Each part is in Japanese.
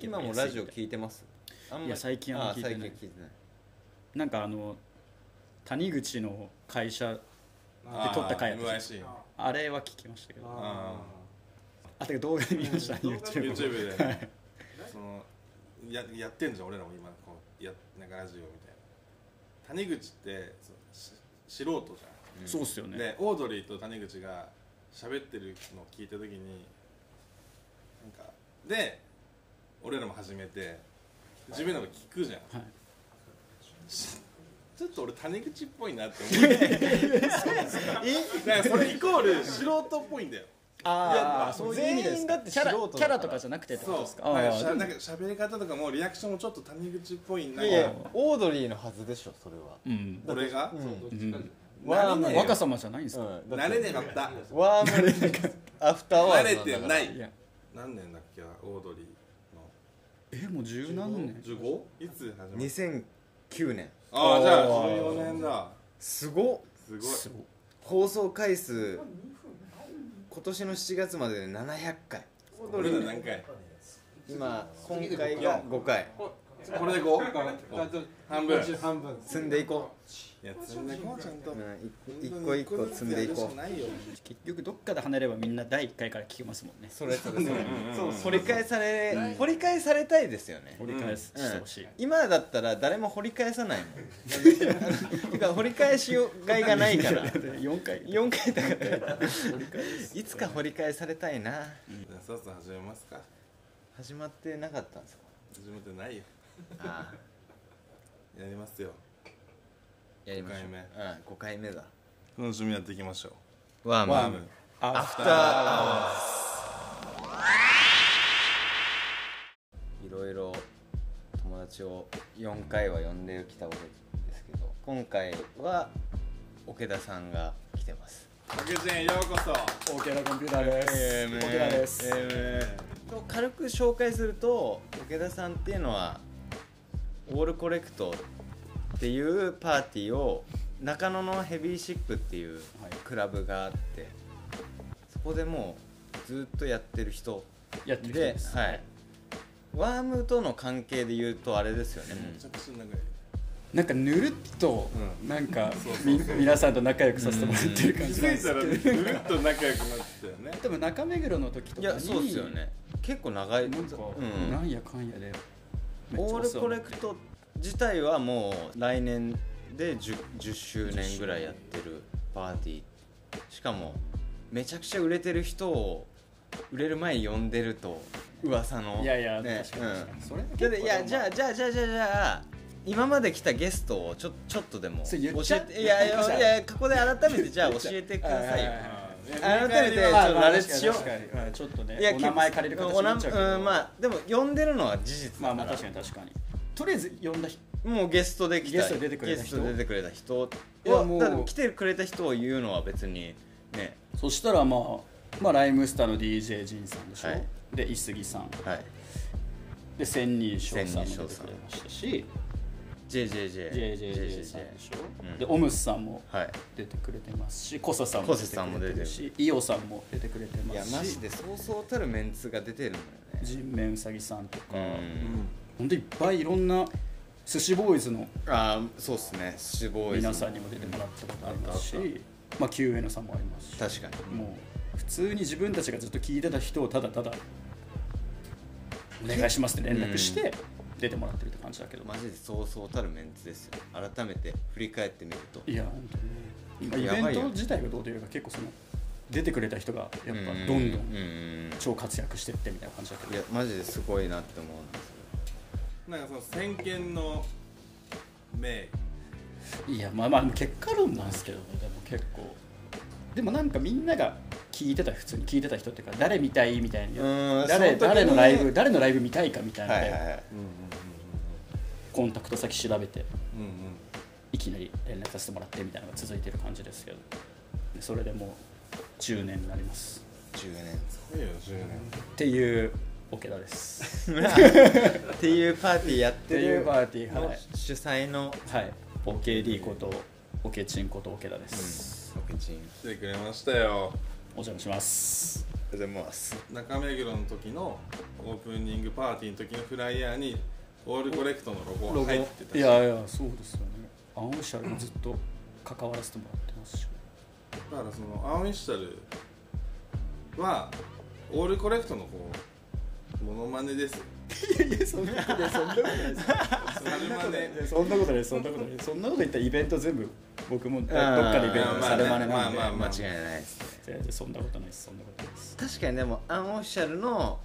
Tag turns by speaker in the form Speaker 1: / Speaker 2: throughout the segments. Speaker 1: 今もラジオ聞いてますあんまり
Speaker 2: いや最近は
Speaker 1: あ
Speaker 2: 聞いてない
Speaker 1: 最近聞いてない
Speaker 2: なんかあの谷口の会社
Speaker 3: あー
Speaker 2: 撮った回やった
Speaker 3: 昔
Speaker 4: あ
Speaker 2: あれは聞きましたけどあ
Speaker 4: あ
Speaker 2: てか動画で見ました
Speaker 4: うん動画
Speaker 2: YouTube を
Speaker 3: YouTube でそのややってんじゃん俺らも今こうやなんかラジオみたいな谷口ってそのし素人じゃ
Speaker 2: そうっすよ
Speaker 3: ん、
Speaker 2: ね
Speaker 3: でオードリーと谷口が喋ってるのを聞いた時になんかで俺らも始めて自分のが聞くじゃん、
Speaker 2: はい
Speaker 3: しちょっと俺谷口っぽいなって 思 ってだからそれイコール素人っぽいんだよ
Speaker 2: あ
Speaker 3: い
Speaker 2: あ
Speaker 3: や
Speaker 2: そういう意味で
Speaker 4: 全
Speaker 2: す
Speaker 4: 員
Speaker 2: か
Speaker 4: だって
Speaker 2: キャラ
Speaker 4: 素人だ
Speaker 2: キ
Speaker 4: から
Speaker 2: ャラとかじゃなくてってことで
Speaker 3: そう
Speaker 2: すか
Speaker 3: なんか
Speaker 2: あ
Speaker 3: し
Speaker 2: ー
Speaker 3: ゃなんか喋り方とかもリアクションもちょっと谷口っぽいな
Speaker 1: や
Speaker 3: い
Speaker 1: いや
Speaker 2: あ
Speaker 1: オードリーのはずでしょそれは
Speaker 2: うん
Speaker 3: 俺が
Speaker 1: う
Speaker 4: あ
Speaker 1: ん
Speaker 4: どっちかじゃない
Speaker 1: わあ
Speaker 3: 慣れねえよ
Speaker 2: 若様じゃないんですか
Speaker 1: うんだって
Speaker 3: 慣れねえかった
Speaker 1: ワームリーアフターワー
Speaker 3: 慣
Speaker 1: ズ
Speaker 3: れ
Speaker 1: んだ
Speaker 3: て
Speaker 1: から
Speaker 3: ないい
Speaker 2: や
Speaker 3: 何年だっけオードリー
Speaker 2: えもう十何年
Speaker 3: の 15? いつ始まった
Speaker 1: 2009年
Speaker 3: ああじゃあ
Speaker 2: あー
Speaker 3: 14年だ
Speaker 1: すごっ
Speaker 3: すごい
Speaker 2: すごい
Speaker 1: 放送回数今年の7月までで700回
Speaker 3: 俺ら何回
Speaker 1: 今今回が5回
Speaker 3: これでこ
Speaker 4: なんかちゃんと
Speaker 3: う半分い
Speaker 4: 半分
Speaker 1: 積んでいこ
Speaker 3: や積んでこうちゃん
Speaker 1: う、
Speaker 3: と
Speaker 1: うん、一個一個積んでいこう
Speaker 3: ないよ
Speaker 2: 結局どっかで離れればみんな第一回から聞きますもんね
Speaker 1: それそれそれ
Speaker 3: そう
Speaker 1: 掘り返され、掘り返されたいですよね
Speaker 2: 折り返すしてほしい、
Speaker 1: 今だったら誰も掘り返さないもん てか掘り返しがいがない から
Speaker 2: 4回
Speaker 1: 4回だからいつか掘り返されたいな
Speaker 3: じゃあそろそろ始めますか
Speaker 1: 始まってなかったんですか
Speaker 3: 始めてないよ
Speaker 1: あ
Speaker 3: やりますよ
Speaker 1: あやりましょう
Speaker 3: 五回目
Speaker 1: うん、5回目だ
Speaker 3: 楽しみやっていきましょう
Speaker 1: ワーム
Speaker 3: ワーム
Speaker 1: アフターアワーいろいろ友達を4回は呼んできたわけですけど今回は桶田さんが来てます
Speaker 3: 竹ちゃんようこそ
Speaker 2: オーケーコンピューターですオーケーです、
Speaker 1: 軽く紹介すると桶田さんっていうのはオールコレクトっていうパーティーを中野のヘビーシップっていう
Speaker 2: はい
Speaker 1: クラブがあってそこでもうずっとやってる人
Speaker 2: やってる人です
Speaker 1: はいワームとの関係で言うとあれですよね、
Speaker 3: めちゃくちゃ長い
Speaker 2: なんかぬるっと、
Speaker 3: う
Speaker 2: なんかみ皆さんと仲良くさせてもらってる
Speaker 3: 気
Speaker 2: 感じなんで
Speaker 3: づいた
Speaker 2: す
Speaker 3: らねぐるっと仲良くなってたよね
Speaker 2: でも中目黒の時とか
Speaker 1: い
Speaker 2: に
Speaker 1: やそうっすよね結構長い
Speaker 2: なんか、
Speaker 1: うん
Speaker 2: なんやかんやでめっちゃ
Speaker 1: オ
Speaker 2: お
Speaker 1: ー
Speaker 2: 世
Speaker 1: ル
Speaker 2: 話
Speaker 1: コ
Speaker 2: にな
Speaker 1: レ
Speaker 2: っ
Speaker 1: ク
Speaker 2: て
Speaker 1: ト自体はもう来年で 10, 10周年ぐらいやってるパーティーしかもめちゃくちゃ売れてる人を売れる前に呼んでると噂の
Speaker 2: いやいや、
Speaker 1: ね
Speaker 2: 確かに確かに、それだ
Speaker 1: うん
Speaker 2: け
Speaker 1: だっていやじゃあじゃあじゃあじゃあじゃあ今まで来たゲストをちょちょっとでも
Speaker 2: それ言っち
Speaker 1: 教
Speaker 2: ゃ
Speaker 1: えていやい
Speaker 2: 言っちゃ
Speaker 1: やいやここで改めてじゃあ教えてくださいよ
Speaker 2: はいはいはい
Speaker 1: 改めてちょっと
Speaker 2: まあまあ
Speaker 1: 羅列しよう
Speaker 2: 確かに確かにうんちょっとね
Speaker 1: いや
Speaker 2: お名前借りる形になっちゃうけど、
Speaker 1: うんまあでも呼んでるのは事実だか
Speaker 2: まあ
Speaker 1: ら
Speaker 2: まあ確かに確かにとりあえず呼んだ人
Speaker 1: もうゲストで来た
Speaker 2: ゲストで出てくれた人
Speaker 1: ゲストで出てくれた人はい
Speaker 2: やもう
Speaker 1: だって来てくれた人を言うのは別にね
Speaker 2: そしたらまあまあライムスターの DJ ジンさんでしょ、
Speaker 1: はい
Speaker 2: でイスギさん
Speaker 1: はい
Speaker 2: で千人称さんも
Speaker 1: 千人
Speaker 2: 出
Speaker 1: 称
Speaker 2: て
Speaker 1: さん
Speaker 2: くれましたし
Speaker 1: JJJ
Speaker 2: JJJ さんでしょ、
Speaker 1: うん
Speaker 2: でオムスさんも
Speaker 1: はい
Speaker 2: 出てくれてますしコサさんも
Speaker 1: コ
Speaker 2: 出
Speaker 1: サ
Speaker 2: て
Speaker 1: さんも
Speaker 2: くれてるしイオさんも出てくれて
Speaker 1: いや
Speaker 2: ま
Speaker 1: マ
Speaker 2: すし
Speaker 1: ジでそうそうたるメンツが出てるんだよね
Speaker 2: 人面うさぎさんとか、
Speaker 1: うん
Speaker 2: 本当いっぱいいろんな寿司ボーイズの
Speaker 1: ああそうっすね死亡
Speaker 2: 皆さんにも出てもらったことありますし、
Speaker 1: うんあっ
Speaker 2: まあ QA さんもありますし
Speaker 1: 確かに
Speaker 2: もう普通に自分たちがずっと聞いてた人をただただお願いしますって連絡して出てもらってるって感じだけど、
Speaker 1: マジでそうそうたるメンツですよ改めて振り返ってみると
Speaker 2: いや本当に、まあ
Speaker 1: やば
Speaker 2: イ
Speaker 1: い
Speaker 2: ベン
Speaker 1: よ
Speaker 2: ト自体がどうというよりか結構その出てくれた人がやっぱどんど
Speaker 1: うんん
Speaker 2: 超活躍してってみたいな感じだけど
Speaker 1: いやマジですごいなって思うんです
Speaker 3: なんかその先見の明
Speaker 2: いやまあまあ結果論なんですけどねでも結構でもなんかみんなが聞いてた普通に聞いてた人っていうか誰見たいみたい
Speaker 1: うん
Speaker 2: な誰
Speaker 1: その時に
Speaker 2: 誰のライブ誰のライブ見たいかみたい
Speaker 1: よ
Speaker 2: なの
Speaker 1: は
Speaker 2: で、
Speaker 1: いはいはい
Speaker 2: コンタクト先調べて
Speaker 3: うんうん
Speaker 2: いきなり連絡させてもらってみたいなのが続いてる感じですけどそれでもう10年になります
Speaker 1: 10年
Speaker 3: すごいよ10
Speaker 2: っていう桶田で す
Speaker 1: っていうパーティーやってる
Speaker 2: っていうパーティーはい
Speaker 1: 主催の
Speaker 2: はいオケ d ことオケチンこと桶田です、
Speaker 1: オケチン
Speaker 3: 来てくれましたよ
Speaker 2: お邪魔します
Speaker 1: ございます
Speaker 3: 中目黒の時のオープニングパーティーの時のフライヤーにオールコレクトのロゴ
Speaker 1: ロゴ
Speaker 3: が入ってたし
Speaker 2: いやいやそうですよねアンオフィシャルもずっと関わらせてもらってますし
Speaker 3: だからそのアンオフィシャルはオールコレクトのこうモノマネですよ
Speaker 2: いやいやそんなことないそんなことないです
Speaker 3: 猿マネ
Speaker 2: そんなことないそんなことないそんなこと言ったらイベント全部僕もどっ
Speaker 1: あー
Speaker 2: かでイベントされまね
Speaker 3: ま
Speaker 2: な
Speaker 3: あ
Speaker 2: んで
Speaker 3: まあまあまあ
Speaker 1: 間違いないですね
Speaker 2: 全然そんなことないですそんなことないです
Speaker 1: 確かにでもアンオフィシャルの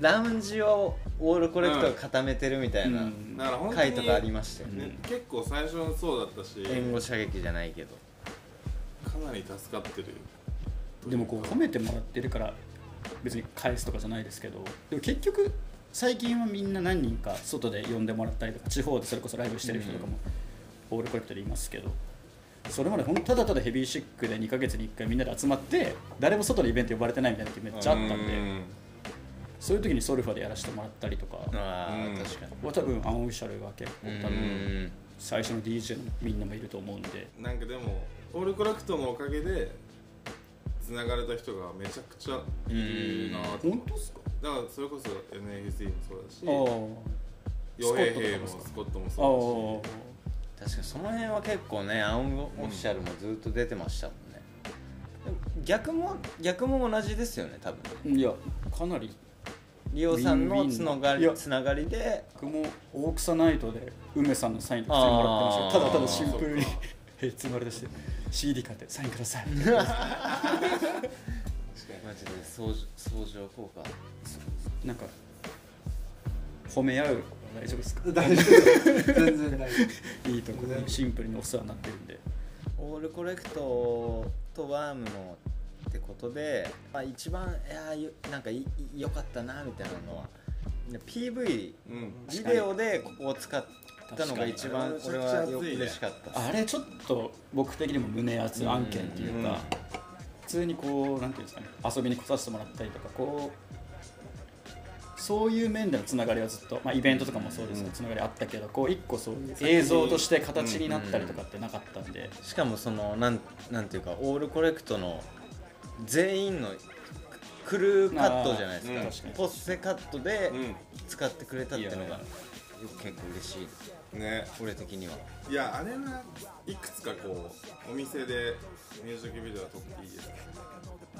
Speaker 1: ラウンジをオールコレクトが固めてるみたいな
Speaker 2: うん
Speaker 3: だから本当
Speaker 1: 回
Speaker 3: に
Speaker 1: とかありましたよ
Speaker 2: う
Speaker 1: ね
Speaker 2: ん
Speaker 3: 結構最初のそうだったし
Speaker 1: 援護射撃じゃないけど
Speaker 3: かなり助かってる
Speaker 2: でもこう褒めてもらってるから別に返すとかじゃないですけどでも結局最近はみんな何人か外で呼んでもらったりとか地方でそれこそライブしてる人とかもオールコレクトでいますけどそれまでほんとただただヘビーシックで2ヶ月に1回みんなで集まって誰も外のイベント呼ばれてないみたいな時めっちゃあったん
Speaker 3: う
Speaker 2: で
Speaker 3: ん
Speaker 2: そういう時にソルファでやらせてもらったりとかは
Speaker 1: あ
Speaker 3: うん
Speaker 1: あ確かに
Speaker 2: 多分アンオフィシャルが結構多
Speaker 1: う
Speaker 2: 分
Speaker 1: ん
Speaker 2: 最初の DJ のみんなもいると思うんで
Speaker 3: なんかでもオールコレクトのおかげで繋がれた人がめちゃくちゃいるなと思
Speaker 2: 本当っすか
Speaker 3: だからそれこそ NFC もそう
Speaker 2: あ
Speaker 3: だし
Speaker 2: あ
Speaker 3: 傭兵兵も
Speaker 2: スコットとかもそう
Speaker 3: スコットも
Speaker 2: あ
Speaker 3: そうだし
Speaker 1: 確か
Speaker 2: あ
Speaker 1: にその辺は結構ねアンオフィシャルもずっと出てましたもんね、でも逆も逆も同じですよね多分
Speaker 2: いやかなり
Speaker 1: リオさん
Speaker 2: ウィン
Speaker 1: の
Speaker 2: ウィン
Speaker 1: つなが
Speaker 2: い
Speaker 1: り
Speaker 2: や
Speaker 1: つながりで
Speaker 2: 僕も大草ナイトで梅さんのサインとか普通にもらってました
Speaker 1: あ
Speaker 2: よ
Speaker 1: ー
Speaker 2: ただただシンプルに
Speaker 3: そっか
Speaker 2: へつまり出して CD 買ってサインください
Speaker 1: マジで相乗相乗効果
Speaker 2: なんか褒め合う大丈夫ですか
Speaker 4: 大丈夫全然大丈
Speaker 2: いいところにシンプルにお世話になってるんで
Speaker 1: オールコレクトとワームのってことで、まあ、一番いやーよなんかいい良かったなみたいなのは PV
Speaker 3: うん
Speaker 1: ビデオでここを使ったのが一番
Speaker 3: 確か
Speaker 1: 俺
Speaker 3: に
Speaker 1: は
Speaker 3: めちゃくちゃ熱いね
Speaker 1: 嬉しかった
Speaker 2: あれちょっと僕的にも胸熱案件っていうか普通にこうなんていうんですかね遊びに来させてもらったりとかこうそういう面でのつながりはずっと、まあ、イベントとかもそうですけど、つながりあったけどこう一個そういう映像として形になったりとかってなかったんで、
Speaker 1: しかもそのなんなんていうかオールコレクトの全員のクルーカットじゃない
Speaker 3: あーうん
Speaker 1: です
Speaker 2: 確か
Speaker 1: かポ
Speaker 2: に
Speaker 1: ッセカットで
Speaker 3: うん
Speaker 1: 使ってくれたっていうの
Speaker 2: いや
Speaker 1: が
Speaker 2: い
Speaker 1: 結構嬉しいです
Speaker 3: ね
Speaker 1: 俺的にはい
Speaker 3: やあれはいくつかこうお店でミュージックビデオは撮っていいですか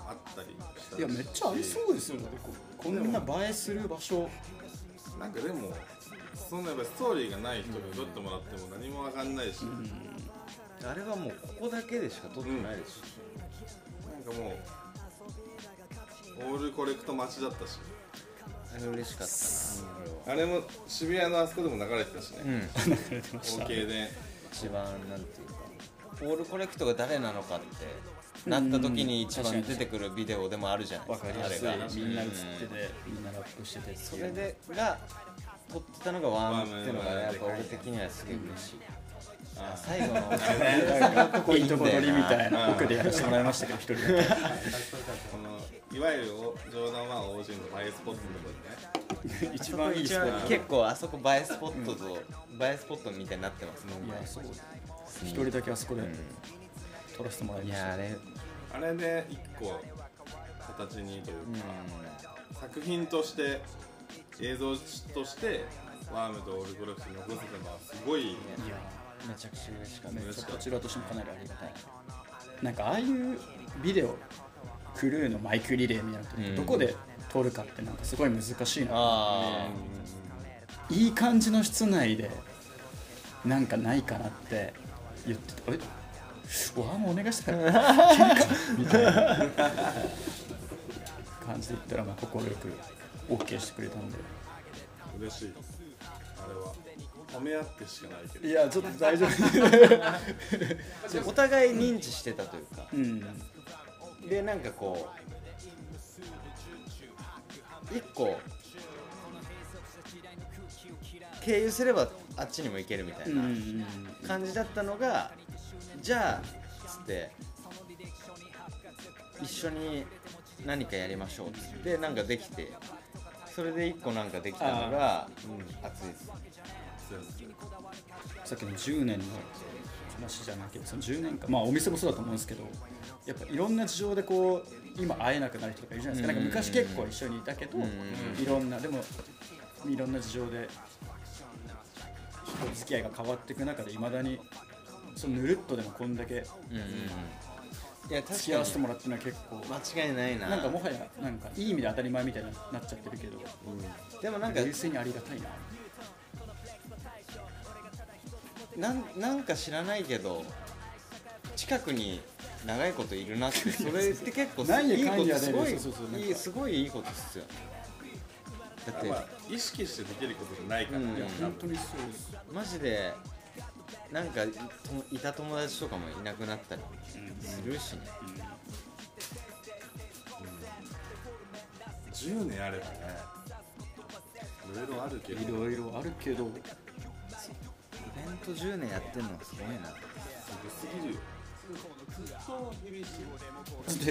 Speaker 3: あったりした
Speaker 2: いやめっちゃありそうですよねここんな映えする場所
Speaker 3: うなんかでもそんなやっぱストーリーがない人が撮ってもらっても何もわかんないし、
Speaker 1: あれはもうここだけでしか撮ってないでし
Speaker 3: なんかもうオールコレクト待ちだったし
Speaker 1: ょ、あれ嬉しかったな
Speaker 3: あれも渋谷のあそこでも流れてたし
Speaker 1: う
Speaker 3: ね、
Speaker 1: ん
Speaker 2: 流れてました、
Speaker 3: OK で
Speaker 1: 一番なんていうかオールコレクトが誰なのかってなった時に一番出てくるビデオでもあるじゃないで
Speaker 2: わ
Speaker 1: すか
Speaker 2: かりやすい
Speaker 1: あれが
Speaker 2: みんな映っててみんなラップしてて
Speaker 1: それでが撮ってたのがワームっていうのがねやっぱ俺的にはすげえ嬉しい、あ最後の
Speaker 2: なんかいいとこ取りみたい
Speaker 3: うん
Speaker 2: な奥でやらせてもらいましたけど一人 で
Speaker 3: このいわゆる冗談は OG の映えスポットのとこ ろ
Speaker 2: 一番いいスポット
Speaker 1: 結構あそこ映えスポットと、映えスポットみたいになってますもん
Speaker 2: い
Speaker 1: ね
Speaker 2: やそう一人だけあそこで撮らせてもらい
Speaker 1: い
Speaker 2: まし
Speaker 1: や
Speaker 2: た
Speaker 1: あれ
Speaker 3: でねあれで一個形にという
Speaker 1: うん
Speaker 3: か、作品として映像としてワームとオールコレクトに残せたのはすごい
Speaker 2: いや
Speaker 1: めちゃくちゃ嬉しかっ
Speaker 2: め
Speaker 1: た
Speaker 2: っちゃこちらとしてもかなりありがたいなんかああいうビデオクルーのマイクリレーみたいなのって
Speaker 1: うん
Speaker 2: どこで撮るかってなんかすごい難しいな
Speaker 1: あ
Speaker 2: いい感じの室内でなんかないかなって言ってたえわあもうお願いした からみたいな感じで言ったらまあ快く OK してくれたんで
Speaker 3: 嬉しいあれは褒め合ってしかないけど
Speaker 2: いやちょっと大丈夫
Speaker 1: あお互い認知してたというか
Speaker 2: うん
Speaker 1: でなんかこう一個経由すればあっちにも行けるみた
Speaker 2: う
Speaker 1: い
Speaker 2: んう
Speaker 1: なん感じだったのが、じゃあつって一緒に何かやりましょうっつってなんかできてそれで一個なんかできたのが、うん、熱いです
Speaker 3: そうです
Speaker 2: さっきの10年の話じゃなけどその10年間まあお店もそうだと思うんですけどやっぱいろんな事情でこう今会えなくなる人とかいるじゃないですかなんか昔結構一緒にいたけど
Speaker 1: うん
Speaker 2: いろんなでもいろんな事情でお付き合いが変わっていく中でいまだにそのぬるっとでもこんだけ
Speaker 1: うんうんいや確
Speaker 2: 付き合わせてもらってるのは結構
Speaker 1: 間違いないな
Speaker 2: なんかもはやなんかいい意味で当たり前みたいになっちゃってるけど
Speaker 1: でもな
Speaker 2: なんん
Speaker 1: か
Speaker 2: か冷静にありがたいな
Speaker 1: なんなんか知らないけど近くに長いこといる なってそれって結構す
Speaker 2: なんや
Speaker 1: いい
Speaker 2: かん
Speaker 1: こと
Speaker 2: やです
Speaker 1: ごい
Speaker 2: そうそうそうなんか
Speaker 1: いいすごいいいことっすよだっ
Speaker 3: やってぱ意識してできることじゃないからね、
Speaker 1: うん
Speaker 2: いや
Speaker 3: 多
Speaker 2: 本
Speaker 3: 分
Speaker 2: 当にそうです
Speaker 1: マジでなんかいといた友達とかもいなくなったりするしね、
Speaker 3: 10年あればねいろいろあるけど
Speaker 2: いろいろあるけど
Speaker 1: イベント10年やってんのはすごいな
Speaker 3: すごすぎるよ
Speaker 2: ずっとヘ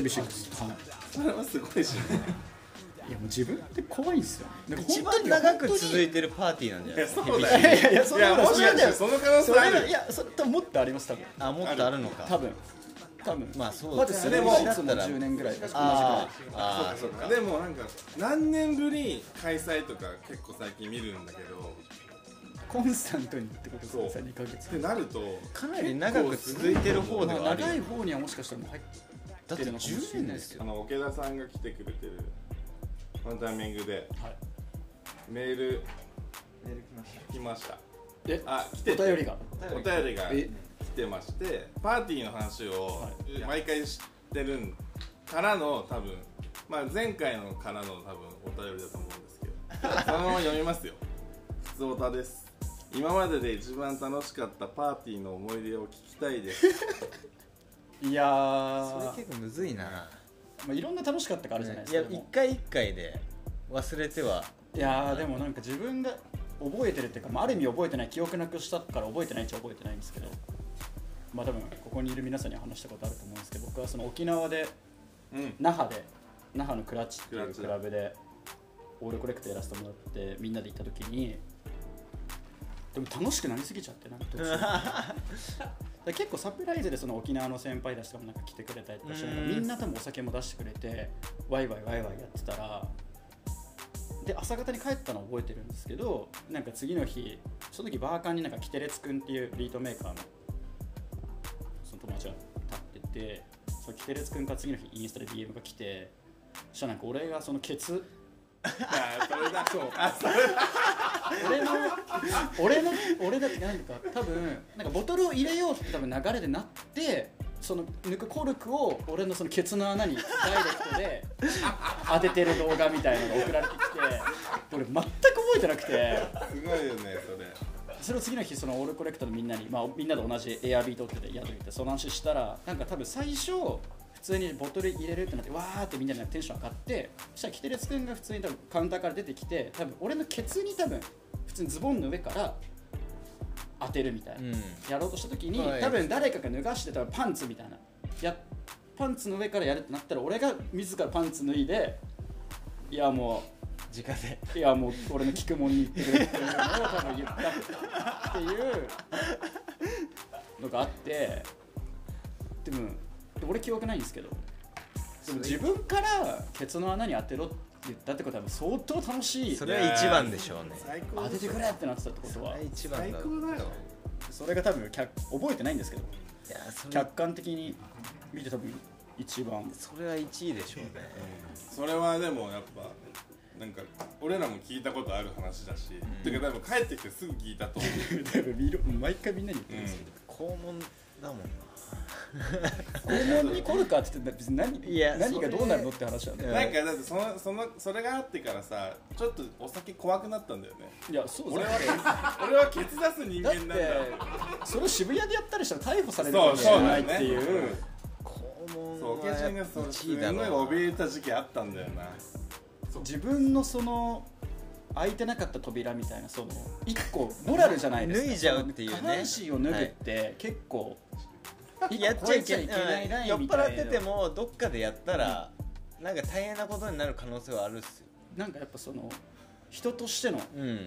Speaker 2: ビシックスはい
Speaker 3: それはすごいし
Speaker 2: いやもう自分って怖いんですよ。なんか
Speaker 1: 一
Speaker 2: 本当
Speaker 1: 番
Speaker 2: に
Speaker 1: 長く
Speaker 2: 本当に
Speaker 1: 続いてるパーティーなんじゃな
Speaker 3: い
Speaker 1: い
Speaker 3: や
Speaker 1: ですか
Speaker 3: そうだよいや
Speaker 2: いやいやそんなことし
Speaker 3: もし
Speaker 2: な
Speaker 3: か
Speaker 2: い
Speaker 3: し
Speaker 2: だ
Speaker 3: た
Speaker 2: ろ
Speaker 3: らその可能
Speaker 2: そ
Speaker 3: 性あ
Speaker 2: れ
Speaker 3: る
Speaker 2: はいやそれ多分もっとあります多分
Speaker 1: あもっとあるのか
Speaker 2: 多分多分
Speaker 1: まあそう
Speaker 2: だってそれもいつも
Speaker 1: だったら
Speaker 2: 10年ぐらい同じくら
Speaker 1: あ
Speaker 2: い
Speaker 1: ーあー
Speaker 3: そうかでもなんか何年ぶり開催とか結構最近見るんだけど
Speaker 2: コンスタントにってことですね
Speaker 3: そう
Speaker 2: 2ヶ月
Speaker 3: ってなると
Speaker 1: かなり長く続いてる方で
Speaker 2: まあ
Speaker 1: はあるよ
Speaker 2: 長い方にはもしかしたらもう入って
Speaker 1: だって10年です
Speaker 3: あ
Speaker 1: よ
Speaker 3: の桶田さんが来てくれてるこのタイミングで
Speaker 2: はい
Speaker 3: メール
Speaker 4: メール来まし
Speaker 3: 来ました
Speaker 2: え
Speaker 3: あ来て
Speaker 2: お便りが
Speaker 3: お便りが
Speaker 2: え
Speaker 3: 来てましてパーティーの話を
Speaker 2: はい
Speaker 3: 毎回知ってるんからの多分まあ前回のからの多分お便りだと思うんですけ どそのまま読みますよ普通おたです今までで一番楽しかったパーティーの思い出を聞きたいです
Speaker 2: いやー
Speaker 1: それ
Speaker 2: ま
Speaker 1: 結構むずいな
Speaker 2: あいろんな楽しかったからあるじゃないで
Speaker 1: い
Speaker 2: す
Speaker 1: や
Speaker 2: かで
Speaker 1: 一
Speaker 2: も
Speaker 1: 回一回で忘れてはい
Speaker 2: やーでもなんか自分が覚えてるっていうかまあある意味覚えてない記憶なくしたから覚えてないっちゃ覚えてないんですけどまあ多分ここにいる皆さんには話したことあると思うんですけど僕はその沖縄で
Speaker 3: うん
Speaker 2: 那覇で那覇のクラッチっていう
Speaker 3: ク
Speaker 2: ク
Speaker 3: ラ
Speaker 2: ラ
Speaker 3: ッ
Speaker 2: ブでオールコレクトやらせてもらってみんなで行った時にでも楽しくなりすぎちゃってなんか途中で結構サプライズでその沖縄の先輩たちとかもなんか来てくれたりとかしてなんか
Speaker 1: うん
Speaker 2: みんな多分お酒も出してくれてワイワイワイワイやってたらで朝方に帰ったのを覚えてるんですけどなんか次の日その時バーカンになんかキテレツくんっていうビートメーカーのその友達が立っててそのキテレツくんから次の日インスタで DM が来てそしたらなんか俺がそのケツ
Speaker 3: あそれだそう
Speaker 2: 俺の俺の俺だって何か多分なんかボトルを入れようって多分流れでなってその抜くコルクを俺のそのケツの穴にダイレクトで当ててる動画みたいなのが送られてきて俺全く覚えてなくて
Speaker 3: すごいよね
Speaker 2: そ
Speaker 3: それ
Speaker 2: れを次の日そのオールコレクトのみんなに、まあ、みんなで同じエアビー取ってて宿行ってその話したらなんか多分最初普通にボトル入れるってなってわーってみんなでテンション上がってそしたらキテレツ君が普通に多分カウンターから出てきて多分俺のケツに多分普通にズボンの上から当てるみたいな、
Speaker 1: うん
Speaker 2: やろうとした時に、
Speaker 1: はい
Speaker 2: 多分誰かが脱がして多分パンツみたいなやパンツの上からやるってなったら俺が自らパンツ脱いでいやもう
Speaker 1: 直で
Speaker 2: いやもう俺の聞くもんに言ってくれっていうのを多分言ったっていうのがあってでもで俺記憶ないんですけどでも自分からケツの穴に当てろって言ったってことは相当楽しい
Speaker 1: それは一番でしょうね
Speaker 3: 最高
Speaker 2: 当ててくれってなってたってことは
Speaker 1: 一
Speaker 3: 最
Speaker 1: だ
Speaker 3: 高
Speaker 1: ろう
Speaker 3: だよ
Speaker 2: それが多分客覚えてないんですけど
Speaker 1: いやそれ
Speaker 2: 客観的に見て多分一番
Speaker 1: それは1位でしょうね
Speaker 3: それはでもやっぱなんか俺らも聞いたことある話だし、てか多分帰ってきてすぐ聞いたと思 う、
Speaker 2: 多分見る毎回みんなに言って
Speaker 3: う
Speaker 2: るんですけど、
Speaker 1: 肛門だもんな
Speaker 2: 肛門にコルカって言って別に何
Speaker 1: いや
Speaker 2: 何がどうなるのっ
Speaker 1: そ
Speaker 2: て話なんだよ
Speaker 1: うん
Speaker 3: なんかだってそのそのそれがあってからさちょっとお酒怖くなったんだよね
Speaker 2: いやそうだ
Speaker 3: 俺
Speaker 2: よ
Speaker 3: は俺はケツ出す人
Speaker 2: だっ
Speaker 3: 間
Speaker 2: て
Speaker 3: なんだ
Speaker 2: それを渋谷でやったりしたら逮捕されるか
Speaker 3: そ
Speaker 2: も
Speaker 3: う
Speaker 2: し
Speaker 3: そ
Speaker 2: れ
Speaker 3: う
Speaker 2: な
Speaker 3: だ
Speaker 2: い
Speaker 3: よ
Speaker 2: っ
Speaker 3: ね
Speaker 2: ていう
Speaker 1: 肛門
Speaker 3: そうお
Speaker 1: は
Speaker 3: 客ちゃん
Speaker 1: や
Speaker 3: が
Speaker 1: っ
Speaker 3: そ
Speaker 1: ぱ
Speaker 3: のすご
Speaker 1: 1
Speaker 3: い
Speaker 1: 位だろう
Speaker 3: 怯えた時期あったんだよな
Speaker 2: 自分のその開いてなかった扉みたいなその一個モラルじゃないですか
Speaker 1: 脱いじゃうっていうね
Speaker 2: 下半身を脱ぐって結構、一個
Speaker 1: やっちゃい
Speaker 2: 超え
Speaker 1: けない
Speaker 2: ライ
Speaker 1: 酔
Speaker 2: ン
Speaker 1: っ
Speaker 2: みたいな
Speaker 1: 払っててもどっかでやったらなんか大変なことになる可能性はあるっすよ
Speaker 2: なんかやっぱその人としての
Speaker 1: うんあん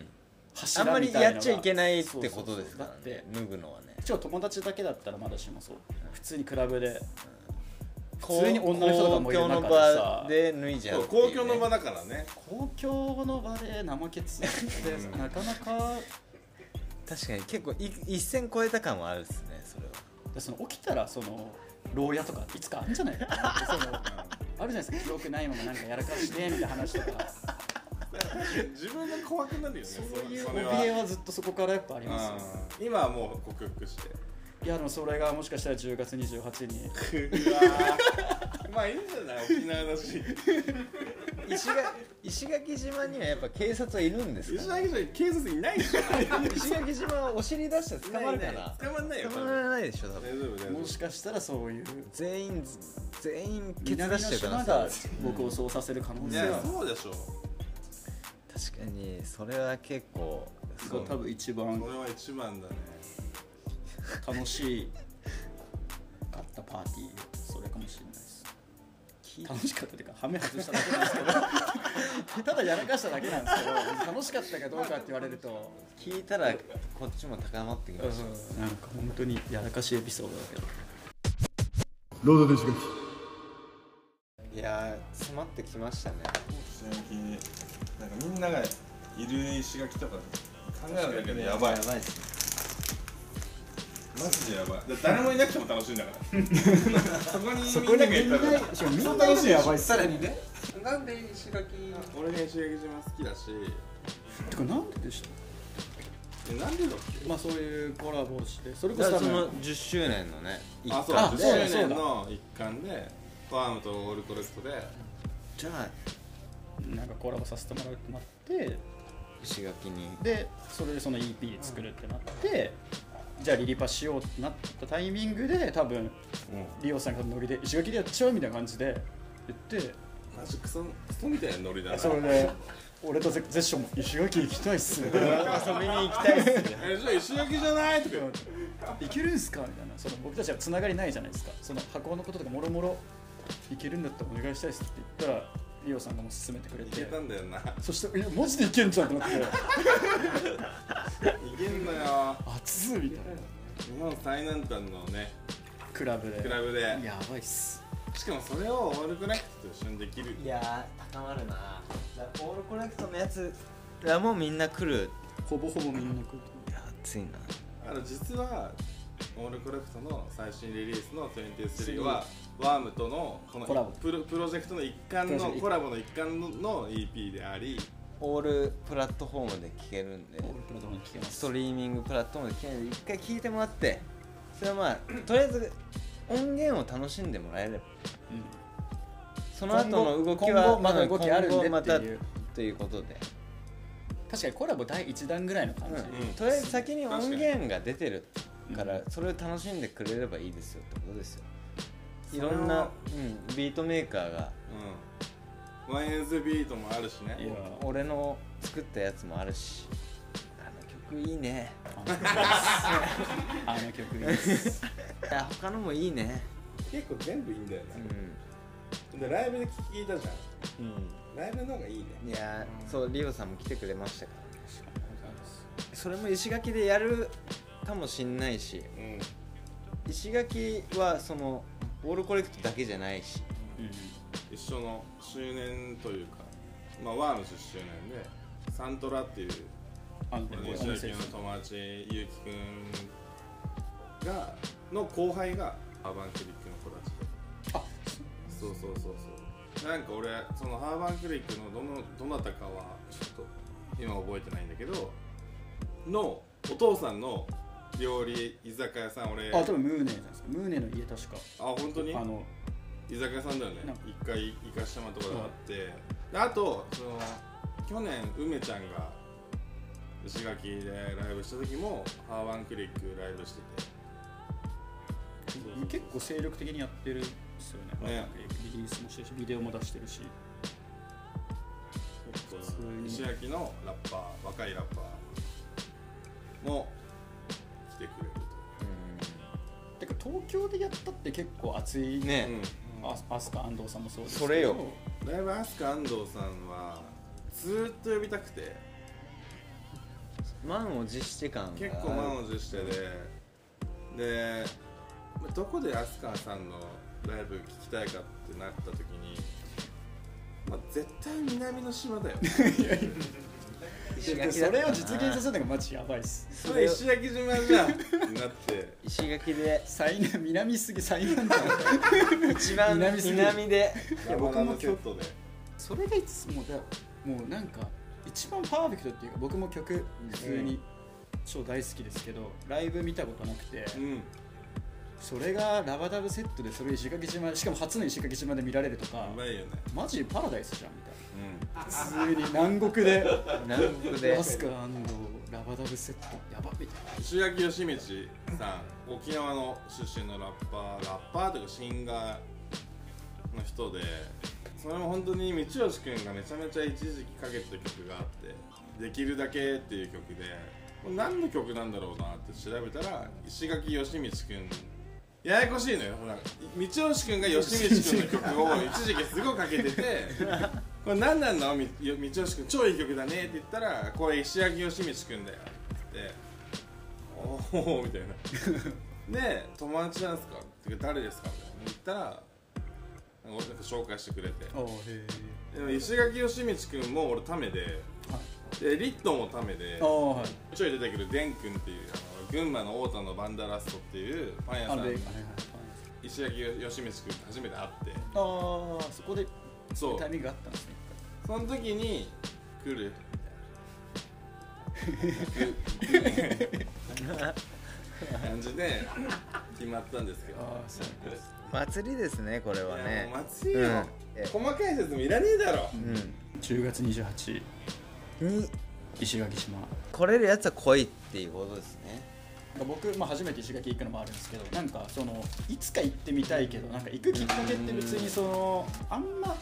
Speaker 2: 柱
Speaker 1: ま
Speaker 2: み
Speaker 1: り
Speaker 2: たいな
Speaker 1: やっちゃいけないってことですから
Speaker 2: そうそうそう
Speaker 1: ね脱ぐのはね
Speaker 2: 一応友達だけだったらまだしもそう普通にクラブで
Speaker 1: こう
Speaker 2: 普通に女の人とかもいる中
Speaker 1: 公共の
Speaker 2: でさ
Speaker 1: 場で脱いじゃうっていう
Speaker 3: 公
Speaker 1: ね
Speaker 3: 共の場だからね
Speaker 2: 公共の場で生ケ ツってなかなか
Speaker 1: 確かに結構い一線超えた感はあるですねそれは
Speaker 2: でその起きたらその牢屋とかいつかあるんじゃないかなそのあるじゃないですか記憶ないままなんかやらかしてみたいな話とか
Speaker 3: 自分が怖くなるよね
Speaker 2: そう
Speaker 3: れ
Speaker 2: いう
Speaker 3: それ
Speaker 2: 怯えはずっとそこからやっぱありますよね
Speaker 3: うん今はもう克服して
Speaker 2: いやでもそれがもしかしたら10月28に
Speaker 3: うわー まあいいんじゃない沖縄だし
Speaker 1: 石 垣石垣島にはやっぱ警察はいるんです
Speaker 3: 石
Speaker 1: か、
Speaker 3: 垣市警察いないでしょ
Speaker 1: 石垣島はお尻出したら捕まるか
Speaker 3: いないい
Speaker 1: ない
Speaker 3: 捕まんないよ
Speaker 1: 捕まらないでしょ多
Speaker 3: 多
Speaker 1: 分
Speaker 3: 分大丈夫大丈
Speaker 2: も
Speaker 3: 夫
Speaker 2: しかしたらそういう
Speaker 1: 全員全員ケツ
Speaker 2: 南
Speaker 1: 出
Speaker 2: の
Speaker 1: してる
Speaker 2: 島
Speaker 1: から
Speaker 2: が僕をそうさせる可能
Speaker 3: い
Speaker 2: 性
Speaker 3: や
Speaker 2: は
Speaker 3: そうでしょ
Speaker 1: 確かにそれは結構
Speaker 2: すごい多分一番
Speaker 3: これは一番だね
Speaker 2: 楽しかったパーティーそれかもしれないです楽しかったというかハメ外しただけなんですけど ただやらかしただけなんですけど楽しかったかどうかって言われると
Speaker 1: 聞いたらこっちも高まってきました、
Speaker 2: なんか本当にやらかしエピソードだけど
Speaker 5: ロードですが
Speaker 1: いやー詰まってきましたね
Speaker 3: 石垣なんかみんながいる石垣とか考えるだけでやばい
Speaker 1: やばいっすね
Speaker 3: マジでやばいだ誰もいなくても楽しいんだから そこに
Speaker 2: そこでみん
Speaker 3: みんな
Speaker 2: な
Speaker 3: がいたら
Speaker 2: しかもみんなやばい
Speaker 4: さらにねなんで石垣
Speaker 3: 俺が石垣島好きだして
Speaker 2: かなんででした
Speaker 3: えなんでだっ
Speaker 2: まあそういうコラボをしてそれこ
Speaker 1: だ
Speaker 2: そ
Speaker 1: から
Speaker 2: 多
Speaker 1: その
Speaker 2: 分
Speaker 1: 10周年のね
Speaker 3: け
Speaker 1: 一
Speaker 3: あそう
Speaker 1: 環
Speaker 2: そうだ
Speaker 3: 10周年の一環でファームとオールコレクトで
Speaker 1: じゃあ
Speaker 2: なんかコラボさせてもらうってなって
Speaker 1: 石垣に
Speaker 2: でそれでその EP 作るってなって、じゃあリリパしようってなったタイミングで多分リオさんがノリで石垣でやっちゃうみたいな感じで言って
Speaker 3: マジクソクソみたいなノリだな
Speaker 2: それで俺とゼゼッションも石垣行きたいっす ね
Speaker 1: 遊びに行きたいっすね
Speaker 3: えじゃあ石垣じゃないとか言って
Speaker 2: 行けるんすかみたいなその僕たちはつながりないじゃないですかその箱のこととかもろもろ行けるんだったらお願いしたいっすって言ったらリオさんがもう勧めてくれ
Speaker 3: いけ
Speaker 2: て
Speaker 3: たんだよない
Speaker 2: そしていやマジで行けんじゃんって なって
Speaker 3: けんのよ
Speaker 2: 熱っみたいな
Speaker 3: 日本最南端のね
Speaker 2: クラブで
Speaker 3: クラブで
Speaker 2: やばいっす
Speaker 3: しかもそれをオールコレクトと一緒にできる
Speaker 1: いやー高まるなオールコレクトのやつらもみんな来る
Speaker 2: ほぼほぼみんな来る
Speaker 1: いや熱いな
Speaker 3: あの実はオールコレクトの最新リリースの23はワームとのこの
Speaker 2: コラボ
Speaker 3: プロプロジェクトの一環
Speaker 2: プロ
Speaker 3: の
Speaker 2: ジェクト
Speaker 3: コラボの一環の EP であり
Speaker 1: オールプラットフォームで聴けるんで
Speaker 2: オールプラトに聞けま
Speaker 1: ス
Speaker 2: す
Speaker 1: トリーミングプラットフォームで聴けるんで一回聴いてもらってそれはまあとりあえず音源を楽しんでもらえれば
Speaker 2: うん
Speaker 1: その後の動き
Speaker 2: 今
Speaker 1: は
Speaker 2: 後まだ動きあるんで
Speaker 1: 今後
Speaker 2: っていう
Speaker 1: またということで、
Speaker 2: 確かにコラボ第1弾ぐらいの感じ、
Speaker 1: うんとりあえず先に音源が出てるから
Speaker 2: う
Speaker 1: それを楽しんでくれればいいですよってことですよい
Speaker 3: それを
Speaker 1: ろんな、うん、ビートメーカーが
Speaker 3: うんワインズビートもあるし
Speaker 2: いや
Speaker 3: ね
Speaker 1: 俺の作ったやつもあるしあの曲いいね
Speaker 2: あの曲いいです
Speaker 1: いや他のもいいね
Speaker 3: 結構全部いいんだよな、
Speaker 1: う
Speaker 3: でライブで聴いたじゃん
Speaker 1: ん、
Speaker 3: ライブの方がいいね
Speaker 1: いやーそうリオさんも来てくれましたからそれも石垣でやるかもしんないし
Speaker 3: うん
Speaker 1: 石垣はそのオールコレクトだけじゃないし
Speaker 3: 一緒の周年というか、まあ、ワームス周年でサントラっていう
Speaker 2: あの
Speaker 3: 俺の
Speaker 2: お
Speaker 3: 石
Speaker 2: 店
Speaker 3: 垣の友達ゆうきくんがの後輩がアーバンクリックの子たちで
Speaker 2: あ
Speaker 3: そうそうそうそうなんか俺そのハーバンクリックのどのどなたかはちょっと今覚えてないんだけどのお父さんの料理居酒屋さん俺
Speaker 2: あ多分ムーネーじゃないですかムーネーの家確か
Speaker 3: あ本当に
Speaker 2: あの
Speaker 3: 居酒屋さんだよね
Speaker 2: なんか
Speaker 3: 一回行かしてもらったことがあって、であとその去年梅ちゃんが石垣でライブした時もハーワンクリックライブして
Speaker 2: 結構精力的にやってるんですよね
Speaker 3: ね
Speaker 2: リリースもしてるしビデオも出してるし通
Speaker 3: て
Speaker 2: に
Speaker 3: 石垣のラッパー若いラッパーも来てくれる
Speaker 2: てか東京でやったって結構熱い
Speaker 1: ね
Speaker 3: と、
Speaker 2: あアスカ安藤さんもそうです
Speaker 1: それよ
Speaker 3: うん、ライブアスカ安藤さんはずーっと呼びたくて
Speaker 1: 満を持して感が
Speaker 3: 結構満を持してででどこで飛鳥さんのライブ聞きたいかってなった時に、まあ、絶対南の島 だよ
Speaker 1: 石
Speaker 2: そ
Speaker 1: 垣だったな
Speaker 2: れを実現させるのがマジやばいっす
Speaker 3: それ石垣島じゃんってなって
Speaker 1: 石垣で
Speaker 2: 最南南すぎ最南だ
Speaker 1: 一番
Speaker 2: 南すぎる
Speaker 1: 南で
Speaker 2: や僕も
Speaker 3: 山の京都で
Speaker 2: それがいつもだもうなんか一番パーフェクトっていうか僕も曲普通に超大好きですけどライブ見たことなくて
Speaker 3: うん
Speaker 2: それがラバダブセットでそれ石垣島しかも初の石垣島で見られるとか
Speaker 3: うまいよね
Speaker 2: マジパラダイスじゃんみたいな
Speaker 3: うん
Speaker 2: 普通に南国で
Speaker 1: 南国で
Speaker 2: ラスカラバダブセットやばみたいな
Speaker 3: 石垣義道さん沖縄の出身のラッパーラッパーというかシンガーの人でそれも本当に道吉君がめちゃめちゃ一時期かけてた曲があって「できるだけ」っていう曲でこれ何の曲なんだろうなって調べたら石垣義道君ややこしいのよほら道吉君が義道君の曲を一時期すごいか けててこれ何なんだみ道吉君超いい曲だねって言ったらこれ石垣義道君だよって言っておおみたいな で「友達なんですか?」ってか誰ですか?」みたいな言ったらなんか紹介してくれて
Speaker 2: へ
Speaker 3: でも石垣義道君も俺タメで
Speaker 2: は
Speaker 3: でリットンもタメで
Speaker 2: えああはい
Speaker 3: ちょい出てくるデン君っていうあの群馬の太田のバンダラストっていうパン屋
Speaker 2: あ
Speaker 3: さ
Speaker 2: の
Speaker 3: ん
Speaker 2: で
Speaker 3: に石垣義道君と初めて会って
Speaker 2: あーそこで
Speaker 3: そう
Speaker 2: タイミングがあったんですね
Speaker 3: その時に来る感じで決まったんですけど
Speaker 2: ああそう
Speaker 1: 祭りですねこれはね
Speaker 3: いやもう祭りよ、
Speaker 1: うんえ
Speaker 3: 細かい説もいらねえだろ
Speaker 2: 10月28
Speaker 1: うんに
Speaker 2: 石垣島
Speaker 1: 来れるやつは来いっていうことですね
Speaker 2: 僕、まあ、初めて石垣行くのもあるんですけどなんかそのいつか行ってみたいけどなんか行くきっかけって別にそのあんま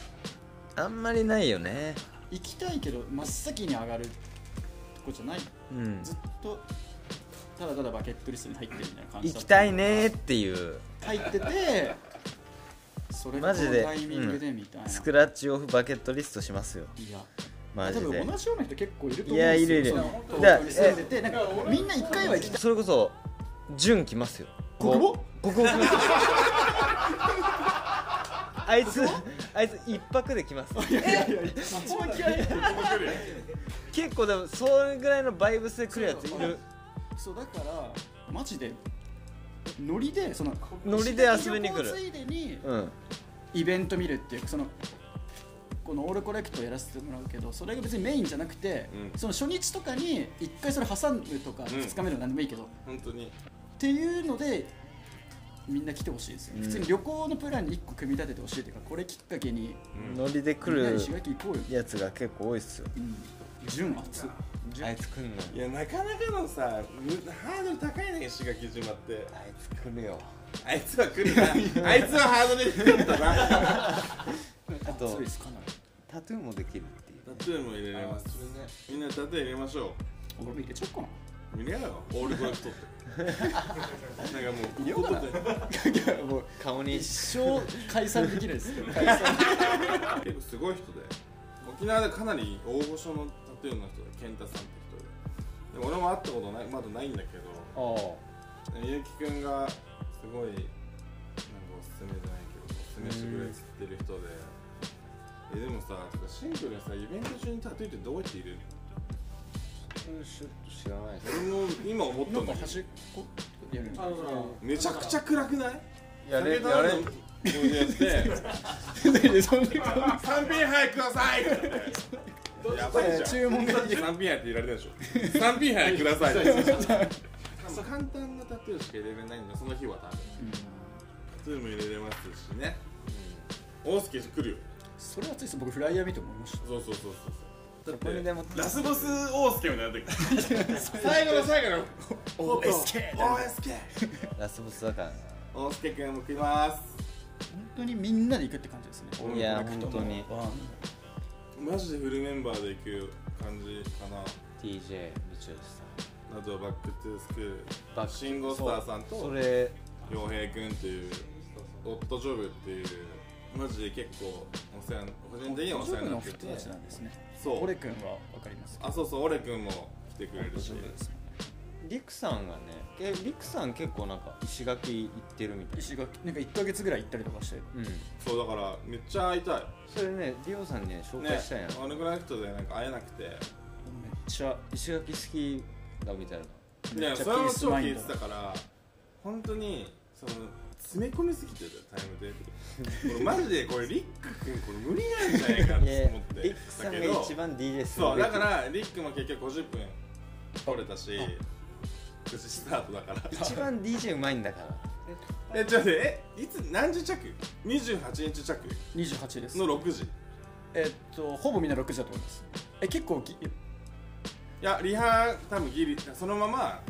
Speaker 1: あんまりないよね
Speaker 2: 行きたいけど真っ先に上がるとこじゃない
Speaker 1: うん
Speaker 2: ずっとただただバケットリストに入ってるみたいな感じ
Speaker 1: 行
Speaker 2: だっ
Speaker 1: き
Speaker 2: た
Speaker 1: たいねっていう
Speaker 2: 入っててそれが
Speaker 1: マ
Speaker 2: こ
Speaker 1: ジ
Speaker 2: の
Speaker 1: で
Speaker 2: タイミングでみたいな、
Speaker 1: スクラッチオフバケットリストしますよ
Speaker 2: いや
Speaker 1: マジ
Speaker 2: 多
Speaker 1: で
Speaker 2: 分同じような人結構いると思うんですよ
Speaker 1: いやいるいる
Speaker 2: その
Speaker 1: じゃあ
Speaker 2: 東京に住んでてなんかみんな一回は行きたい
Speaker 1: それこそ純来ますよ
Speaker 2: 国語
Speaker 1: 国語来 ますよあいつあいつ一泊で来ますよ
Speaker 2: いやいやいや一番嫌い
Speaker 1: 結構でもそれぐらいのバイブスで来るやついる
Speaker 2: そうだからマジでノリでその
Speaker 1: ノリで遊びに来る
Speaker 2: 旅行ついでに
Speaker 1: うん
Speaker 2: イベント見るっていうそのこのオールコレクトやらせてもらうけどそれが別にメインじゃなくて、
Speaker 3: うん
Speaker 2: その初日とかに一回それ挟むとか
Speaker 3: うん
Speaker 2: 2日目の何でもいいけど、っ
Speaker 3: 本当に
Speaker 2: ていうのでみんな来てほしいですよ、
Speaker 1: うん
Speaker 2: 普通に旅行のプランに1個組み立ててほしいというかこれきっかけに
Speaker 1: ノリで来
Speaker 2: みんな
Speaker 1: る
Speaker 2: で石垣行こうよ、
Speaker 1: やつが結構多いっすよ
Speaker 2: うん、純熱
Speaker 1: あいつ来んの
Speaker 3: いやなかなかのさむハードル高いね石垣島って
Speaker 1: あいつ来るよ
Speaker 3: あいつは来る なあいつはハードル低かったなタ
Speaker 1: あと
Speaker 2: 熱いですかなり
Speaker 1: タトゥーもできるっていうね
Speaker 3: トゥーも入れられますみんなタトゥー入れましょ
Speaker 2: 俺も入れちゃおうか
Speaker 3: う見れろオールコレクトって なんかもう
Speaker 2: ようかな
Speaker 3: ここ
Speaker 2: ないやもう
Speaker 1: 顔に
Speaker 2: 一生解散できないですよ 解散
Speaker 3: で結構すごい人で沖縄でかなり大御所のタトゥーの人で健太さんって人でで俺も会ったことないまだないんだけど
Speaker 2: ああ
Speaker 3: ゆうきくんがすごいなんかおすすめじゃないけどおすすめしてくれってる人でえでもさてかシングルさイベント中にタトゥーってどうやっている
Speaker 1: 知らない
Speaker 3: 俺も今思った
Speaker 2: なん
Speaker 3: んだ
Speaker 2: か
Speaker 3: けど
Speaker 2: 端っこやるん
Speaker 4: あのさ
Speaker 3: めちゃくちゃ暗くない
Speaker 1: やれ
Speaker 3: 酒頼んだ
Speaker 1: やれ
Speaker 3: こうやって
Speaker 2: そんな
Speaker 3: 三品杯くださいって言ってやばいじゃん
Speaker 2: 注文が
Speaker 3: 三品杯って言われたでしょ三品杯くださいってそう簡単なタトゥーしか入れれないんだその日は多分タトゥーも入れれますしね大輔来るよ
Speaker 2: それはついです僕フライヤー見て思いまし
Speaker 3: そうそうそうそうそう
Speaker 1: これでも
Speaker 3: ラスボス大助みたいになってくる 最後の最後の OSK OSK
Speaker 1: ラスボスだからな
Speaker 3: 大助くんも来ます
Speaker 2: た本当にみんなで行くって感じですね
Speaker 1: いや本当に
Speaker 2: あ
Speaker 3: マジでフルメンバーで行く感じかな
Speaker 1: TJ 道吉さん
Speaker 3: あとはバックトゥースクール
Speaker 1: バック
Speaker 3: 信号スターさん
Speaker 1: そうそ
Speaker 3: と
Speaker 1: れ
Speaker 3: 洋平くんっていうオットジョブっていうマジで結構お世話個人的にはお世話にな
Speaker 2: の
Speaker 3: って
Speaker 2: 人
Speaker 3: て
Speaker 2: たちなんですね
Speaker 3: そう
Speaker 2: オレ君はわかります
Speaker 3: あそうそうオレくんも来てくれるし
Speaker 2: です
Speaker 1: リクさんがねえリクさん結構なんか石垣行ってるみたい
Speaker 2: 石垣なんか1ヶ月ぐらい行ったりとかして
Speaker 1: うん
Speaker 3: そうだからめっちゃ会いたい
Speaker 1: それねディオさんにね紹
Speaker 3: ね
Speaker 1: 介したいな、
Speaker 3: あのぐらいの人でなんか会えなくて
Speaker 2: めっちゃ
Speaker 1: 石垣好きだみたいな
Speaker 2: めっ
Speaker 3: ね
Speaker 2: ちゃ
Speaker 3: それも超
Speaker 2: マイ
Speaker 3: 聞
Speaker 2: ン
Speaker 3: い
Speaker 2: ド
Speaker 3: てたから本当にその詰め込みすぎてたタイムテー ブル俺マジでこれリック君これ無理なんじゃないかって思って
Speaker 1: リックさ
Speaker 3: だ
Speaker 1: ん
Speaker 3: け
Speaker 1: が
Speaker 3: ど
Speaker 1: 一番 DJ する
Speaker 3: そうだからリックも結局50分取れたし9時スタートだから
Speaker 1: 一番 DJ うまいんだから
Speaker 3: えちょっと待ってえいつ何時着28日着
Speaker 2: 28です
Speaker 3: の6時い
Speaker 2: えっとほぼみんな6時だと思いますえ結構ぎ
Speaker 3: やリハ多分ギリそのまま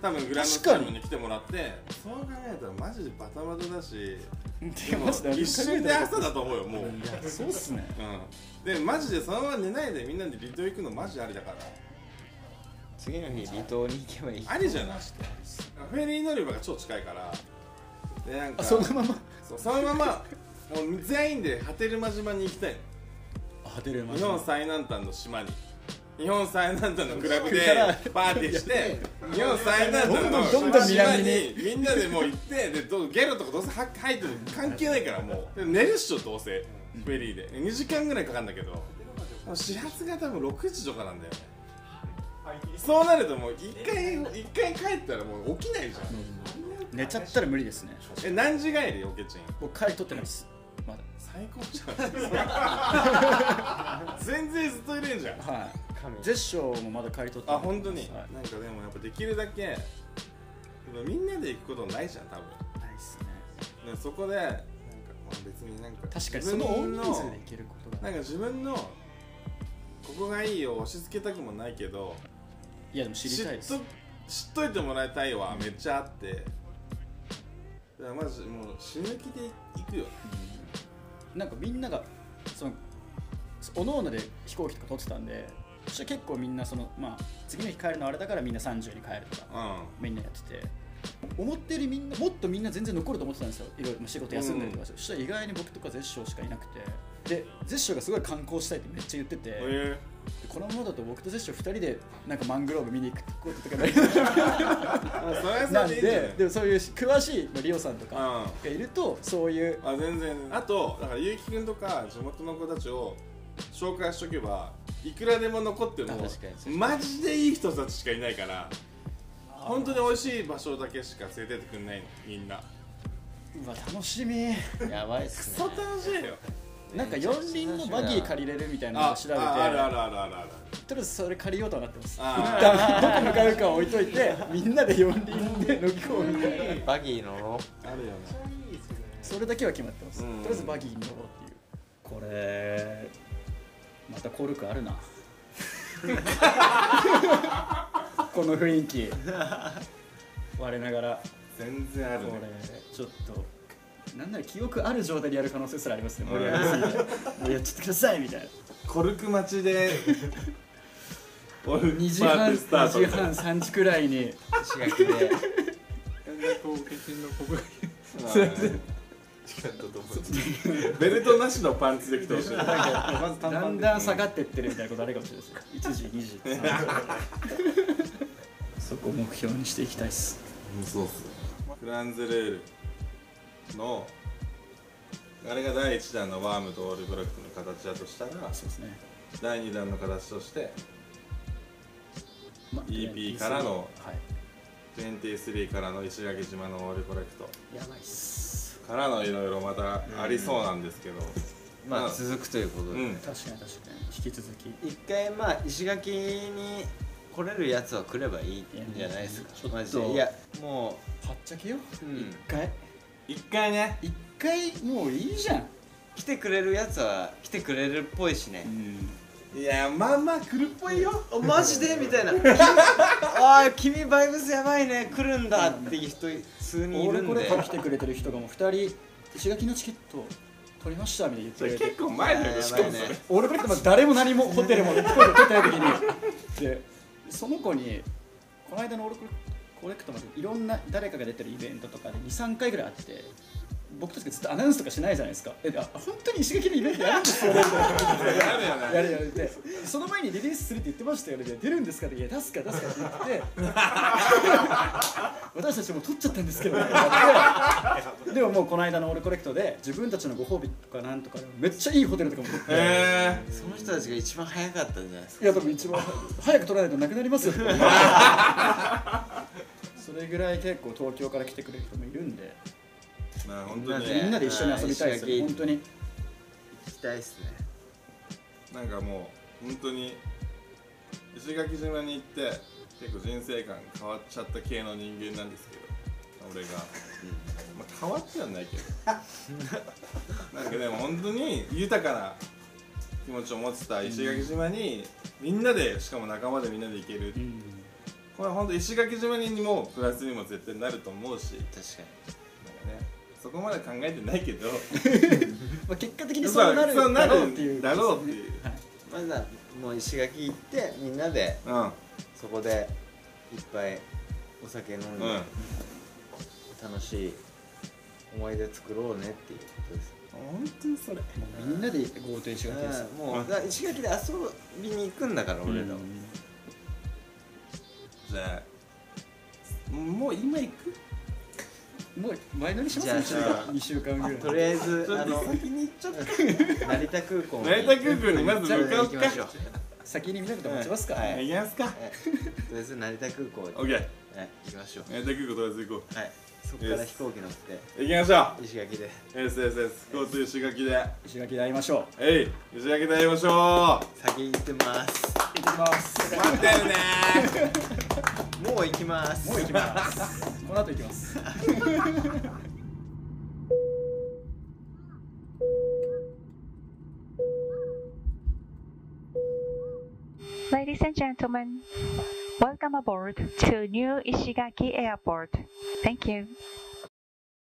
Speaker 3: 多分グランドスタジオに来てもらってそう考えたらマジでバタバタだし
Speaker 2: で
Speaker 3: でも
Speaker 2: マジであれ
Speaker 3: 一瞬で朝だと思うよもううん
Speaker 2: いやそうっすね
Speaker 3: でマジでそのまま寝ないでみんなで離島行くのマジありだから
Speaker 1: 次の日離島に行けばいい
Speaker 3: ありじゃないフェリー乗り場が超近いからでなんか
Speaker 2: あそのまま
Speaker 3: そうそのままもう全員で波照間島に行きたい
Speaker 2: あ出る
Speaker 3: の日本最南端の島に日本最南端のクラブでパーティーして日本最南端の
Speaker 2: どんどんどんどん
Speaker 3: 島
Speaker 2: 南
Speaker 3: に
Speaker 2: に
Speaker 3: みんなでもう行ってでどうゲロとかどうせは吐いても関係ないからもうで寝るっしょどうせフェリーで2時間ぐらいかかるんだけど始発が多分6時とかなんだよねそうなるともう一回一回帰ったらもう起きないじゃん
Speaker 2: 寝ちゃったら無理ですね
Speaker 3: え何時帰りおけちん
Speaker 2: 僕帰り取ってないですまだ
Speaker 3: 最高じゃん全然ずっといれんじゃん
Speaker 2: はい
Speaker 1: 神
Speaker 2: ゼッショーもまだ帰り取って
Speaker 3: あ
Speaker 2: ない
Speaker 3: 本当に、
Speaker 2: はい
Speaker 3: なんかでもやっぱできるだけみんなで行くことないじゃん多分
Speaker 2: ないっすね
Speaker 3: でそこでなんかまあ別になんか
Speaker 2: 確かに
Speaker 3: 自
Speaker 2: その大
Speaker 3: 分
Speaker 2: 人数で行けることが
Speaker 3: なんか自分のここがいいよ押し付けたくもないけど
Speaker 2: いやでも知りたいです
Speaker 3: 知っと知っといてもらいたいはめっちゃあってだからまずもう死ぬ気で行くよね
Speaker 2: なんかみんながそのおのおので飛行機とか取ってたんでそしたら結構みんなその、まあ、次の日帰るのあれだからみんな30に帰るとか
Speaker 3: う
Speaker 2: みんなやってて思ったよりみんなもっとみんな全然残ると思ってたんですよいろいろまあ仕事休んだりとかして、そしたら意外に僕とかゼッショーしかいなくてでゼッショーがすごい観光したいってめっちゃ言ってて、
Speaker 3: んえ
Speaker 2: でこのままだと僕とゼッショー2人でなんかマングローブ見に行くこととかなり
Speaker 3: あそれはそ
Speaker 2: なん
Speaker 3: れでいいんじゃない
Speaker 2: ででもそういう詳しいまあリオさんとか
Speaker 3: うん
Speaker 2: がいるとそういう
Speaker 3: あ全然あとだから結城君とか地元の子たちを紹介しとけばいくらでも残っても
Speaker 1: あ確かに確かに
Speaker 3: マジでいい人たちしかいないから本当に美味しい場所だけしか連れてってくんないのみんな
Speaker 2: うわ楽しみ
Speaker 1: やばいっ
Speaker 3: ク
Speaker 1: す
Speaker 3: ソ
Speaker 1: ね
Speaker 3: 楽しいよ
Speaker 2: なんか四輪のバギー借りれるみたいなの
Speaker 3: あ
Speaker 2: を調べて
Speaker 3: ああるあるあるあるある
Speaker 2: とりあえずそれ借りようとはなってます一
Speaker 3: あー
Speaker 2: 旦どこ向かうかは置いといてみんなで四輪で乗り込むみたいな
Speaker 1: バギー乗ろ
Speaker 3: あるよね
Speaker 4: いいですよね
Speaker 2: それだけは決まってますと
Speaker 3: う
Speaker 2: り
Speaker 3: ん
Speaker 2: あえずバギーに乗ろうっていうこれまたコルクあるな この雰囲気我ながら
Speaker 3: 全然ある
Speaker 2: こ
Speaker 3: ね
Speaker 2: れちょっとなんなら記憶ある状態でやる可能性すらありますね盛り上がりすぎてもうやっちゃってくださいみたいな
Speaker 3: コルク待ちで 俺
Speaker 2: 2時半
Speaker 3: スタ
Speaker 2: 2
Speaker 3: ート
Speaker 2: 時半3時くらいに
Speaker 1: う石垣で
Speaker 3: すいま せんベルトなしのパンツで来てほしいまず
Speaker 2: だんだん下がってってるみたいなことあるかもしれないです1時2時3時 そこを目標にしていきたいっす
Speaker 3: そうっすフランズルールのあれが第1弾のワームとオールブラックの形だとしたら
Speaker 2: そうですね、
Speaker 3: 第2弾の形として
Speaker 2: まあ
Speaker 3: EP からの
Speaker 2: は
Speaker 3: 23からの石垣島のオールブラックと
Speaker 2: いやばいっす
Speaker 3: からのいろいろまたありそうなんですけど
Speaker 1: ま
Speaker 3: う
Speaker 1: あ
Speaker 3: ん
Speaker 1: 続くということ
Speaker 3: う
Speaker 1: で、
Speaker 3: ん
Speaker 2: 確かに確かに引き続き
Speaker 1: 一回まあ石垣に来れるやつは来ればいいんじゃないです
Speaker 2: いやちょ
Speaker 1: かマ
Speaker 2: っと
Speaker 1: ジでいやも
Speaker 2: はっちゃけよ
Speaker 1: う、うん
Speaker 2: 一、回
Speaker 3: 1回ね
Speaker 2: 一回もういいじゃん
Speaker 1: 来てくれるやつは来てくれるっぽいしね、
Speaker 3: いやまあまあ来るっぽいよ
Speaker 1: おマジでみたい なああ君バイブスやばいね来るんだっていう人数人い
Speaker 2: 俺
Speaker 1: るん
Speaker 2: これ
Speaker 1: で
Speaker 2: から来てくれてる人がもう2人石垣のチケット取りましたみたいな言ってくれ
Speaker 3: それ
Speaker 2: て
Speaker 3: 結構前だよね
Speaker 1: や
Speaker 3: し
Speaker 1: ば
Speaker 3: かも
Speaker 1: い
Speaker 3: そ
Speaker 1: ね
Speaker 3: れ
Speaker 2: 俺これってまだ誰も何もホテルもホテル取ってない時にでその子にこの間の俺コレクトまでいろんな誰かが出てるイベントとかで23回ぐらいあって僕たちがずっとアナウンスとかしないじゃないですかえあ本当に石垣のイベントやるんですかねみたいな
Speaker 3: やるよね
Speaker 2: やるやるってその前にリリースするって言ってましたよねみたいな出るんですかって言っていや出すか出すかって 言って私たちもう取っちゃったんですけどねって言ってでももうこの間のオールコレクトで自分たちのご褒美とかなんとかめっちゃいいホテルとかも取って、
Speaker 3: え
Speaker 1: その人たちが一番早かったんじゃないですか
Speaker 2: いや多分一番早く取らないとなくなり ますよそれぐらい結構東京から来てくれる人もいるんで
Speaker 3: ー、まあ本当に
Speaker 1: ね
Speaker 2: みんなで一緒に遊びたいです
Speaker 1: はい
Speaker 2: よ本当に
Speaker 1: 行きたいっすね
Speaker 3: なんかもう本当に石垣島に行って結構人生観変わっちゃった系の人間なんですけど俺が、まあ、変わってはないけど なんかでも本当に豊かな気持ちを持ってた石垣島にみんなでしかも仲間でみんなで行けるこれは本当石垣島にもプラスにも絶対なると思うしなんか
Speaker 1: 確かに
Speaker 3: ねそこまで考えてないけど
Speaker 2: まあ、結果的に そうなる
Speaker 3: そうな
Speaker 2: だ
Speaker 3: る
Speaker 2: ろうっていう
Speaker 3: だろうって いう
Speaker 2: はい
Speaker 1: まだもう石垣行ってみんなで
Speaker 3: うん
Speaker 1: そこでいっぱいお酒飲んで、
Speaker 3: うん
Speaker 1: 楽しい思い出作ろうねっていうことです
Speaker 3: 本当にそれ
Speaker 2: もうみんなで GoTo 石垣ですよ
Speaker 1: うんもうだから石垣で遊びに行くんだから俺らは、
Speaker 2: うん
Speaker 3: じゃあもう今行く
Speaker 2: もう前乗りします
Speaker 1: じゃ
Speaker 2: ね
Speaker 1: あ
Speaker 2: 2週間ぐらい
Speaker 1: とりあえず
Speaker 3: ちょっと
Speaker 1: あの
Speaker 3: 先
Speaker 1: に行っちゃった成田空港に
Speaker 3: 成田空港にまず向かおう
Speaker 1: 行
Speaker 3: か
Speaker 1: きましょう
Speaker 2: 先にみんなで待ちますから、
Speaker 1: はい
Speaker 3: 行きますか
Speaker 1: えとりあえず成田空港に
Speaker 3: OK 成
Speaker 1: え行きましょう
Speaker 3: 田空港とりあえず行こ
Speaker 1: はいそこから飛行機乗って
Speaker 3: う行きましょ
Speaker 1: 石垣で
Speaker 3: う SSS 交通石垣で
Speaker 2: 石垣で会いましょう行
Speaker 3: えい石垣で会いましょ
Speaker 1: 先行ってます
Speaker 2: ってきます
Speaker 3: う待 ってるね
Speaker 1: もう行きます
Speaker 2: もう行 きますこの後行きます
Speaker 6: Ladies and gentlemen, welcome aboard to New Ishigaki Airport. Thank you.